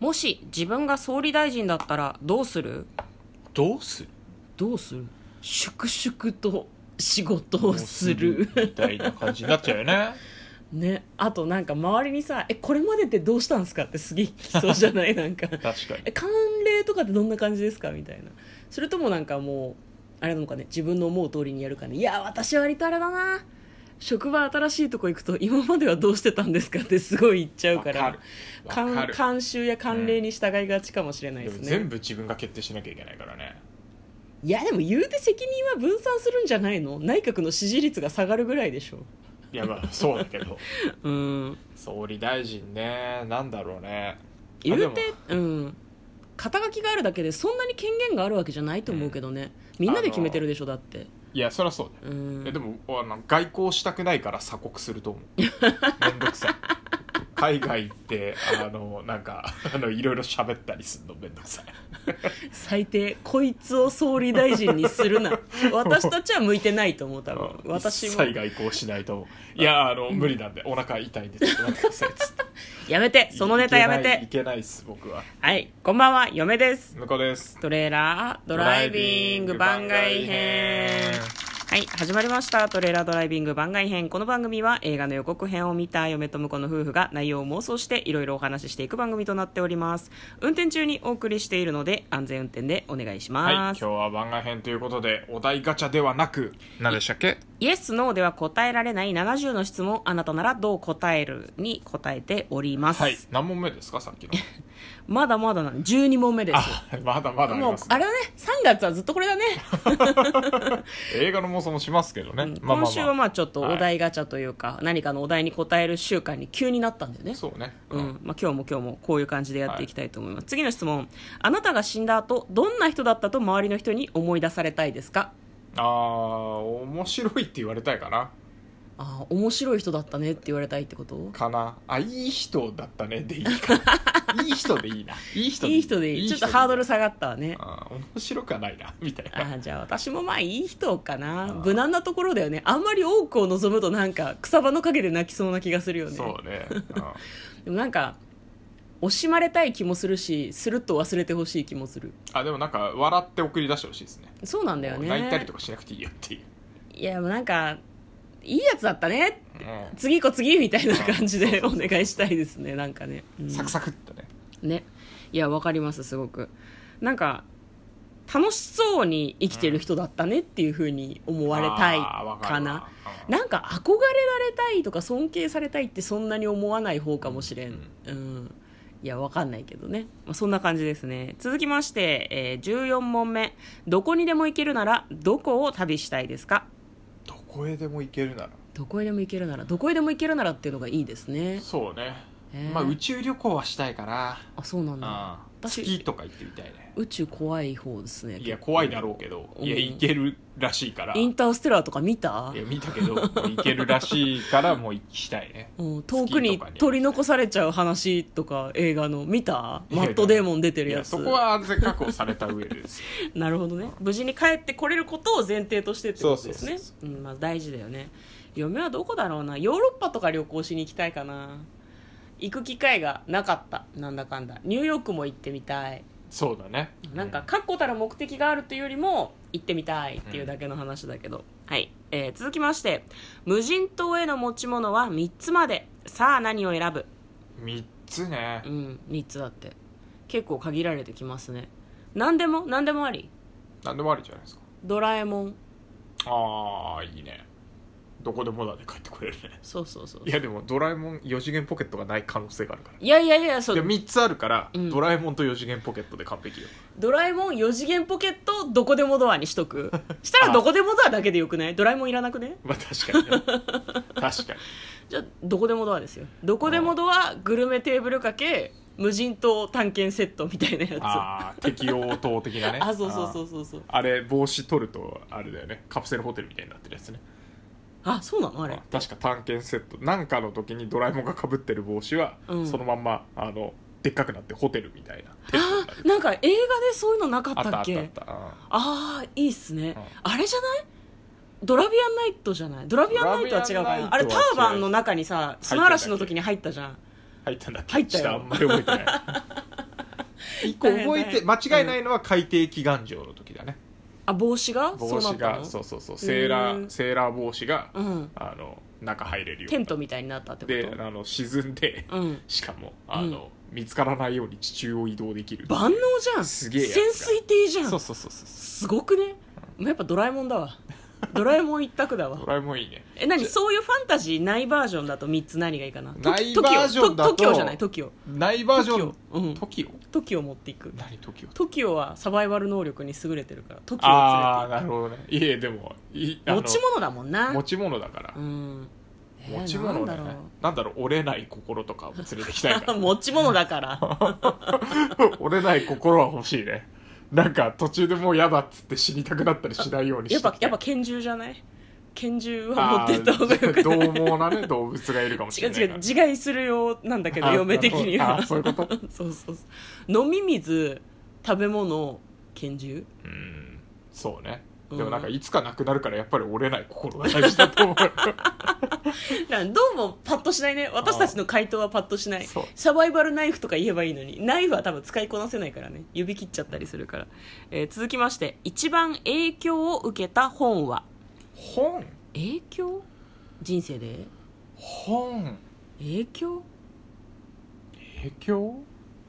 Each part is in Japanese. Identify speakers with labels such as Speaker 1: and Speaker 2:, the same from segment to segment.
Speaker 1: もし自分が総理大臣だったらどうする
Speaker 2: どうする
Speaker 1: どうする粛々と仕事をする
Speaker 2: みたいな感じになっちゃうよね
Speaker 1: ねあとなんか周りにさ「えこれまでってどうしたんですか?」ってすげえ聞きそうじゃない なんか
Speaker 2: 確かに
Speaker 1: え慣例とかってどんな感じですかみたいなそれともなんかもうあれなのかね自分の思う通りにやるかねいや私は割とあれだな職場新しいとこ行くと今まではどうしてたんですかってすごい言っちゃうか
Speaker 2: わ
Speaker 1: ら
Speaker 2: かるわかる
Speaker 1: 慣慣習や慣例に従いがちかもしれない
Speaker 2: で
Speaker 1: で
Speaker 2: も
Speaker 1: すね、
Speaker 2: 全部自分が決定しなきゃいけないからね
Speaker 1: いやでも言うて責任は分散するんじゃないの内閣の支持率が下がるぐらいでしょ
Speaker 2: いや まあそうだけど
Speaker 1: うん
Speaker 2: 総理大臣ねなんだろうね
Speaker 1: 言
Speaker 2: あで
Speaker 1: う
Speaker 2: も
Speaker 1: てうん肩書きがあるだけでそんなに権限があるわけじゃないと思うけどね、みんなで決めてるでしょだって
Speaker 2: いやそりゃそうだよ
Speaker 1: うん
Speaker 2: えでもあの外交したくないから鎖国すると思うめんどくさい海外行ってあのなんかあのいろいろ喋ったりするのめんどくさい
Speaker 1: 最低こいつを総理大臣にする な私たちは向いてないと思う多分
Speaker 2: うん
Speaker 1: 私
Speaker 2: 一
Speaker 1: も
Speaker 2: 切外交しないと思ういやあの無理なんでお腹痛いんでちょっと待ってくださいっつって
Speaker 1: やめてそのネタやめ
Speaker 2: い
Speaker 1: て
Speaker 2: けないっす僕は
Speaker 1: はいこんばんは嫁です
Speaker 2: 向こうです
Speaker 1: トレーラードライビング番外編はい始まりましたトレーラードライビング番外編この番組は映画の予告編を見た嫁と婿の夫婦が内容を妄想していろいろお話ししていく番組となっております運転中にお送りしているので安全運転でお願いし
Speaker 2: はい今
Speaker 1: ま
Speaker 2: 日
Speaker 1: す、
Speaker 2: は番外編ということでお題ガチャではなく何でしたっけ
Speaker 1: イエス・ノーでは答えられない70の質問あなたならどう答えるに答えております、
Speaker 2: はい何問目ですかさっきの
Speaker 1: まだまだな12問目です
Speaker 2: あまだまだあり
Speaker 1: もう
Speaker 2: ますね
Speaker 1: あれだね3月はずっとこれだね、
Speaker 2: 映画の妄想もしますけどね、まあまあまあ
Speaker 1: 今週はまあちょっとお題ガチャというか、何かのお題に答える習慣に急になったんだよね
Speaker 2: そうね、
Speaker 1: うんまあ、今日も今日もこういう感じでやっていきたいと思います、次の質問あなたが死んだ後どんな人だったと周りの人に思い出されたいですか
Speaker 2: ああ面白いって言われたいかな
Speaker 1: ああ面白い人だったねって言われたいってこと
Speaker 2: かなあいい人だったねでい いかないい人でいいないい人
Speaker 1: いい人でいいちょっとハードル下がったわね
Speaker 2: あー面白くはないなみたい
Speaker 1: あ
Speaker 2: な
Speaker 1: ーじゃあ私もまあいい人かな
Speaker 2: ー
Speaker 1: 無難なところだよねあんまり多くを望むとなんか草場の陰で泣きそうな気がするよね
Speaker 2: そうね、うん
Speaker 1: でもなんか惜しまれたい気もするしするっと忘れてほしい気もする
Speaker 2: あでもなんか笑って送り出してほしいですね
Speaker 1: そうなんだよ
Speaker 2: もう
Speaker 1: ね
Speaker 2: 泣いたりとかしなくていいよっていう、
Speaker 1: いやでもなんかいいやつだったね
Speaker 2: うん
Speaker 1: 次行こう次みたいな感じでお願いしたいですねなんかね、うん
Speaker 2: サクサクっとね
Speaker 1: ねいやわかりますすごくなんか楽しそうに生きてる人だったねっていうふうに思われたい
Speaker 2: あーわ
Speaker 1: か
Speaker 2: る
Speaker 1: な
Speaker 2: わうん
Speaker 1: なんか憧れられたいとか尊敬されたいってそんなに思わない方かもしれん、うんいやわかんないけどね、まあ、そんな感じですね続きまして、えー14問目どこにでも行けるならどこを旅したいですか
Speaker 2: どこへでも行けるなら
Speaker 1: どこへでも行けるならどこへでも行けるならっていうのがいいですね
Speaker 2: そうね、
Speaker 1: えー
Speaker 2: まあ宇宙旅行はしたいから、
Speaker 1: あそうなんだ
Speaker 2: ああ
Speaker 1: 私
Speaker 2: 月とか行ってみたいね
Speaker 1: 宇宙怖い方ですね
Speaker 2: いや怖いだろうけどいや
Speaker 1: うん
Speaker 2: 行けるらしいから
Speaker 1: インターステラーとか見た
Speaker 2: いや見たけどもう行けるらしいからもう行きたいね
Speaker 1: うん遠くに
Speaker 2: 月とかに
Speaker 1: 取り残されちゃう話とか映画の見た
Speaker 2: いや
Speaker 1: マットデーモン出てる
Speaker 2: い
Speaker 1: や
Speaker 2: や
Speaker 1: つ
Speaker 2: そこは安全確保された 上ですよ
Speaker 1: なるほどね無事に帰ってこれることを前提としてってことですね
Speaker 2: そう
Speaker 1: うんまあ大事だよね嫁はどこだろうなヨーロッパとか旅行しに行きたいかな行く機会がなかったなんだかんだニューヨークも行ってみたい
Speaker 2: そうだね
Speaker 1: なん
Speaker 2: う
Speaker 1: か確固たる目的があるというよりも行ってみたいっていうだけの話だけど、はい、えー続きまして無人島への持ち物は3つまでさあ何を選ぶ
Speaker 2: 3つね
Speaker 1: うん3つだって結構限られてきますね何でも何でもあり
Speaker 2: 何でもあるじゃないですか
Speaker 1: ドラえもん
Speaker 2: ああいいねどこでもだで帰ってこれるね
Speaker 1: そうそうそう
Speaker 2: いやでもドラえもん4次元ポケットがない可能性があるから
Speaker 1: いやいやいやそ
Speaker 2: いうや3つあるから、
Speaker 1: うん
Speaker 2: ドラえもんと4次元ポケットで完璧よ
Speaker 1: ドラえもん4次元ポケットどこでもドアにしと くしたらどこでもドアだけでよくないドラえもんいらなくね
Speaker 2: まあ確かにね 確かに
Speaker 1: じゃあどこでもドアですよどこでもドアグルメテーブルかけ無人島探検セットみたいなやつ
Speaker 2: ああ適応等的なね
Speaker 1: あそうそうそううそうそう
Speaker 2: あれ帽子取るとあれだよねカプセルホテルみたいになってるやつね
Speaker 1: あそうなのあれ
Speaker 2: 確か探検セットなんかの時にドラえもんがかぶってる帽子は、
Speaker 1: うん
Speaker 2: そのまんまあのでっかくなってホテルみたいな
Speaker 1: あなんか映画でそういうのなかっ
Speaker 2: あった
Speaker 1: た
Speaker 2: あ
Speaker 1: っ
Speaker 2: った
Speaker 1: け
Speaker 2: あったあ
Speaker 1: ああーいいっすね、
Speaker 2: うん
Speaker 1: あれじゃないドラビアンナイトじゃないドラビアンナイトは違うか
Speaker 2: ドラビア
Speaker 1: な
Speaker 2: ンナイトは
Speaker 1: あれターバンの中にさ砂嵐の時に入ったじゃん
Speaker 2: 入ったんだっけ
Speaker 1: 入ったよ
Speaker 2: ちょっとあんまり覚えてない 一個覚えて間違いないのは海底祈願城の時だね
Speaker 1: あ帽子が
Speaker 2: 帽
Speaker 1: そ
Speaker 2: 子
Speaker 1: うなった
Speaker 2: が
Speaker 1: の
Speaker 2: そうそうそうセーラ
Speaker 1: う
Speaker 2: ー
Speaker 1: ん
Speaker 2: セーラー帽子が
Speaker 1: うん、
Speaker 2: あの中入れるよう
Speaker 1: テン
Speaker 2: にな
Speaker 1: ト
Speaker 2: っ
Speaker 1: みたいになったってて
Speaker 2: で
Speaker 1: こ
Speaker 2: あの沈んで
Speaker 1: とうん
Speaker 2: しかもあの見つからないように地中を移動できる
Speaker 1: 万能じゃん
Speaker 2: すげえやつだ
Speaker 1: 潜水艇じゃん
Speaker 2: そうそうそうそう
Speaker 1: すごくねもうやっぱドラえもんだ わドラえもん一択だわ
Speaker 2: ドラえもんいいね
Speaker 1: え何そういうファンタジーないバージョンだと3つ何がいいかなと
Speaker 2: ないバージョンだと
Speaker 1: TOKIO と TOKIO じゃない TOKIO
Speaker 2: ないバージョン
Speaker 1: TOKIO うん
Speaker 2: TOKIO
Speaker 1: TOKIO 持っていく
Speaker 2: 何 TOKIO
Speaker 1: TOKIO はサバイバル能力に優れてるから TOKIO
Speaker 2: ああ
Speaker 1: を連れ
Speaker 2: なるほどねいえでもいい
Speaker 1: て
Speaker 2: あ
Speaker 1: い
Speaker 2: の
Speaker 1: く持ち物だもんな
Speaker 2: 持ち物だから
Speaker 1: うんえー
Speaker 2: 持ち物
Speaker 1: な
Speaker 2: だ
Speaker 1: んだ
Speaker 2: よ
Speaker 1: ろ
Speaker 2: ね
Speaker 1: う
Speaker 2: なんだろう折れない心とかを連れてきたい から
Speaker 1: 持ち物だ から
Speaker 2: 折れない心は欲しいねなんか途中でもう嫌だっつって死にたくなったりしないように
Speaker 1: やって
Speaker 2: し
Speaker 1: ぱ
Speaker 2: きた
Speaker 1: やっぱ拳銃じゃない拳銃は持ってった方がよくない
Speaker 2: あー獰猛なね動物がいるかもし
Speaker 1: 違う
Speaker 2: れない
Speaker 1: 違う自害するようなんだけど
Speaker 2: あ
Speaker 1: 嫁的には
Speaker 2: あそういうこと
Speaker 1: そうそうそう飲み水食べ物拳銃
Speaker 2: うんそうね
Speaker 1: う
Speaker 2: で
Speaker 1: ん
Speaker 2: もなんかいつかなくなるからやっぱり折れない心が大事だ と思う
Speaker 1: なんかどうもパッとしないね私たちの回答はパッとしない
Speaker 2: そう
Speaker 1: サバイバルナイフとか言えばいいのにナイフは多分使いこなせないからね指切っちゃったりするから、えー続きまして一番影響を受けた本は
Speaker 2: 本
Speaker 1: 影響人生で
Speaker 2: 本
Speaker 1: 影響
Speaker 2: 影響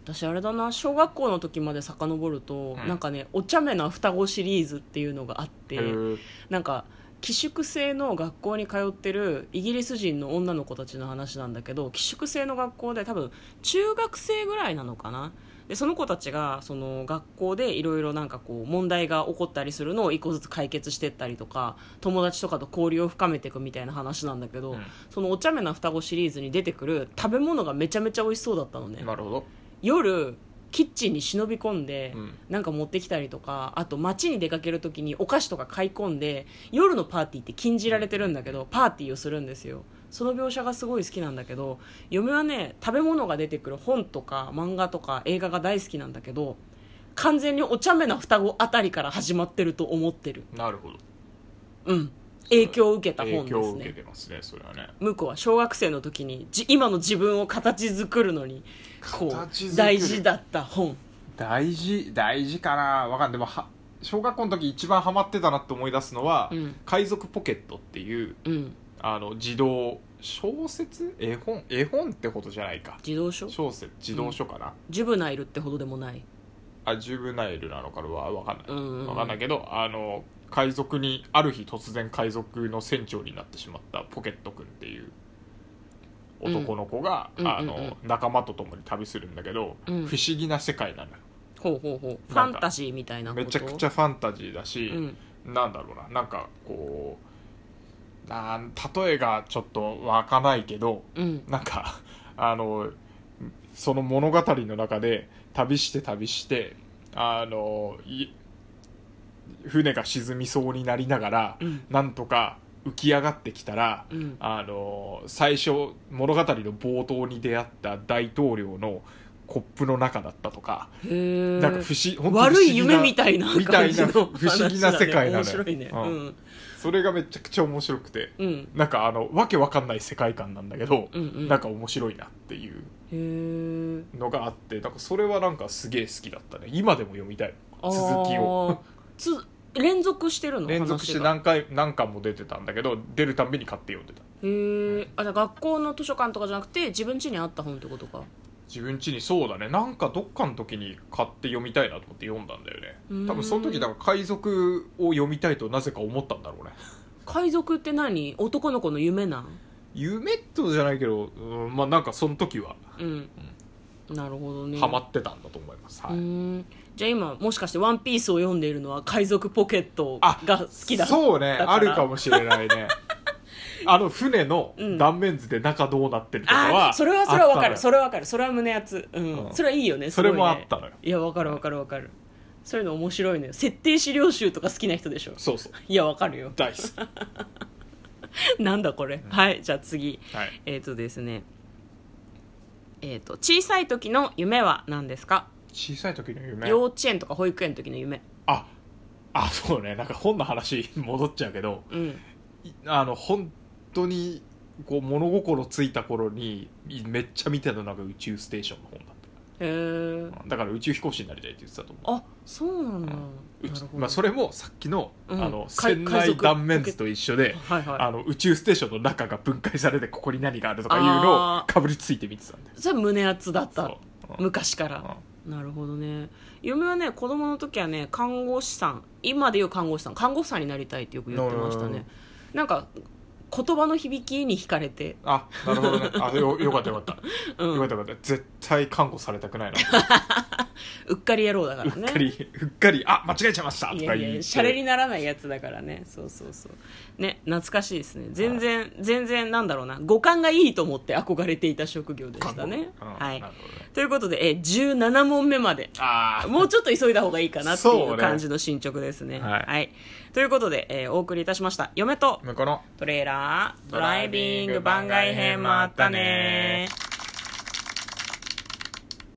Speaker 1: 私あれだな小学校の時まで遡ると、
Speaker 2: うん
Speaker 1: なんかねお茶目な双子シリーズっていうのがあって、
Speaker 2: へー
Speaker 1: なんか寄宿制の学校に通ってるイギリス人の女の子たちの話なんだけど寄宿制の学校で多分中学生ぐらいなのかなでその子たちがその学校でいろいろなんかこう問題が起こったりするのを一個ずつ解決してったりとか友達とかと交流を深めていくみたいな話なんだけど、
Speaker 2: うん
Speaker 1: そのお茶目な双子シリーズに出てくる食べ物がめちゃめちゃ美味しそうだったのね
Speaker 2: なるほど、
Speaker 1: 夜キッチンに忍び込んで、
Speaker 2: うん
Speaker 1: なんか持ってきたりとかあと街に出かける時にお菓子とか買い込んで夜のパーティーって禁じられてるんだけどパーティーをするんですよその描写がすごい好きなんだけど嫁はね食べ物が出てくる本とか漫画とか映画が大好きなんだけど完全にお茶目な双子あたりから始まってると思ってる
Speaker 2: なるほど
Speaker 1: うん影響を受けた
Speaker 2: 影
Speaker 1: 本
Speaker 2: 響
Speaker 1: です
Speaker 2: を受け
Speaker 1: ね
Speaker 2: てますねそれはね
Speaker 1: 向こうは小学生の時にじ今の自分を形作るのにこ
Speaker 2: 形
Speaker 1: う
Speaker 2: 作る
Speaker 1: 大事だった本
Speaker 2: 大事大事かなわかんないでもは小学校の時一番ハマってたなって思い出すのは「
Speaker 1: うん
Speaker 2: 海賊ポケット」っていう
Speaker 1: うん
Speaker 2: あの児童小説絵本絵本ってことじゃないか
Speaker 1: 児童書
Speaker 2: 小説児童書かな、
Speaker 1: ジュブナイルってほどでもない
Speaker 2: あジュブナイルなのかはわかんない、
Speaker 1: うんうんうん
Speaker 2: わかんないけどあの海賊にある日突然海賊の船長になってしまったポケット君っていう男の子が、
Speaker 1: うんう
Speaker 2: あ
Speaker 1: んうん
Speaker 2: の仲間と共に旅するんだけど、
Speaker 1: うん
Speaker 2: 不思議な世界なのよ
Speaker 1: ほうほうほうフ
Speaker 2: な
Speaker 1: ァ
Speaker 2: んか
Speaker 1: ンタジーみたいなこと
Speaker 2: めちゃくちゃファンタジーだし、
Speaker 1: うん
Speaker 2: なんだろうななんかこうなん例えがちょっと湧かないけど
Speaker 1: うん
Speaker 2: なんか あのその物語の中で旅して旅してあのい船が沈みそうになりながら、
Speaker 1: うん
Speaker 2: なんとか浮き上がってきたら、
Speaker 1: うん
Speaker 2: あの最初物語の冒頭に出会った大統領のコップの中だったとか、
Speaker 1: へえ
Speaker 2: なんか不思本当に
Speaker 1: 悪
Speaker 2: 不思
Speaker 1: い
Speaker 2: 議な
Speaker 1: 夢みたいな感じ
Speaker 2: みたいな
Speaker 1: の
Speaker 2: 不思議な世
Speaker 1: 話だ
Speaker 2: 界なのよ
Speaker 1: ね面白いね
Speaker 2: う
Speaker 1: うんん
Speaker 2: それがめちゃくちゃ面白くて
Speaker 1: うん
Speaker 2: なんかあのわけわかんない世界観なんだけど、
Speaker 1: うんうん
Speaker 2: なんか面白いなっていう
Speaker 1: へえ
Speaker 2: のがあってなんかそれはなんかすげえ好きだったね今でも読みたい続きを
Speaker 1: をつ連続してるの
Speaker 2: 連続して
Speaker 1: 話が
Speaker 2: 何回何巻も出てたんだけど出るたんびに買って読んでた
Speaker 1: へえあじゃあ学校の図書館とかじゃなくて自分家にあった本ってことか
Speaker 2: 自分家にそうだねなんかどっかの時に買って読みたいなと思って読んだんだよね
Speaker 1: うーん
Speaker 2: 多分その時だから海賊を読みたいとなぜか思ったんだろうね
Speaker 1: 海賊って何男の子の夢なん
Speaker 2: 夢とじゃないけど、うんまあなんかその時は
Speaker 1: うんなるほどね
Speaker 2: ハマってたんだと思います、は
Speaker 1: う
Speaker 2: い
Speaker 1: ーんじゃあ今もしかして「ワンピースを読んでいるのは海賊ポケット
Speaker 2: あ
Speaker 1: が好きだ
Speaker 2: そうね
Speaker 1: だから
Speaker 2: あるかもしれな いねあの船の
Speaker 1: うん
Speaker 2: 断面図で中どうなってるとかは、
Speaker 1: あーそれはそれはわかる
Speaker 2: あったの
Speaker 1: それはわかるそれは胸熱うん、
Speaker 2: うん
Speaker 1: それはいいよね
Speaker 2: それも
Speaker 1: すごいね
Speaker 2: あったのよ
Speaker 1: いやわかるわかるわかるそういうの面白いのよ設定資料集とか好きな人でしょ
Speaker 2: そうそう
Speaker 1: いやわかるよ
Speaker 2: 大好き、
Speaker 1: なんだこれ、はいじゃあ次
Speaker 2: はい、
Speaker 1: えっ、とですねえっ、と小さい時の夢は何ですか、
Speaker 2: 小さい時の夢
Speaker 1: 幼稚園とか保育園の時の夢
Speaker 2: ああそうねなんか本の話 戻っちゃうけど
Speaker 1: うん
Speaker 2: いあの本当にこう物心ついた頃にいめっちゃ見てたのが宇宙ステーションの本だっ
Speaker 1: へえ
Speaker 2: だから宇宙飛行士になりたいって言ってたと思う
Speaker 1: あそうなんだ、
Speaker 2: う
Speaker 1: な
Speaker 2: ち
Speaker 1: るほど、
Speaker 2: まあ、それもさっきの,、
Speaker 1: うん
Speaker 2: あの
Speaker 1: 海
Speaker 2: 船
Speaker 1: 海
Speaker 2: 内
Speaker 1: 賊
Speaker 2: 断面図と一緒で、
Speaker 1: はいはい
Speaker 2: あの宇宙ステーションの中が分解されてここに何があるとかいうのを
Speaker 1: あー
Speaker 2: かぶりついて見てたんだよ
Speaker 1: それ胸熱だった
Speaker 2: そううん
Speaker 1: 昔からなるほどね嫁はね子供の時はね看護師さん今で言う看護師さん看護師さんになりたいってよく言ってましたねなんか言葉の響きに惹かれて、
Speaker 2: あなるほどねあよよかったよかった、
Speaker 1: うん
Speaker 2: よかったよかった絶対看護されたくないな
Speaker 1: うっかり野郎だから
Speaker 2: う
Speaker 1: ね
Speaker 2: っかりうっかりあ間違えちゃいましたとか
Speaker 1: いや
Speaker 2: 言っ
Speaker 1: いや
Speaker 2: て
Speaker 1: シャレにならないやつだからねそうそうそうね懐かしいですね全然全然なんだろうな五感がいいと思って憧れていた職業でしたね、
Speaker 2: 看護うん
Speaker 1: はい
Speaker 2: なるほどね
Speaker 1: ということでえ17問目まで
Speaker 2: ああ
Speaker 1: もうちょっと急いだ方がいいかなってい
Speaker 2: そう
Speaker 1: う
Speaker 2: ね
Speaker 1: 感じの進捗ですね
Speaker 2: はい
Speaker 1: ということで、えーお送りいたしました嫁と
Speaker 2: 向こうの
Speaker 1: トレーラードライビング番外編もあったねー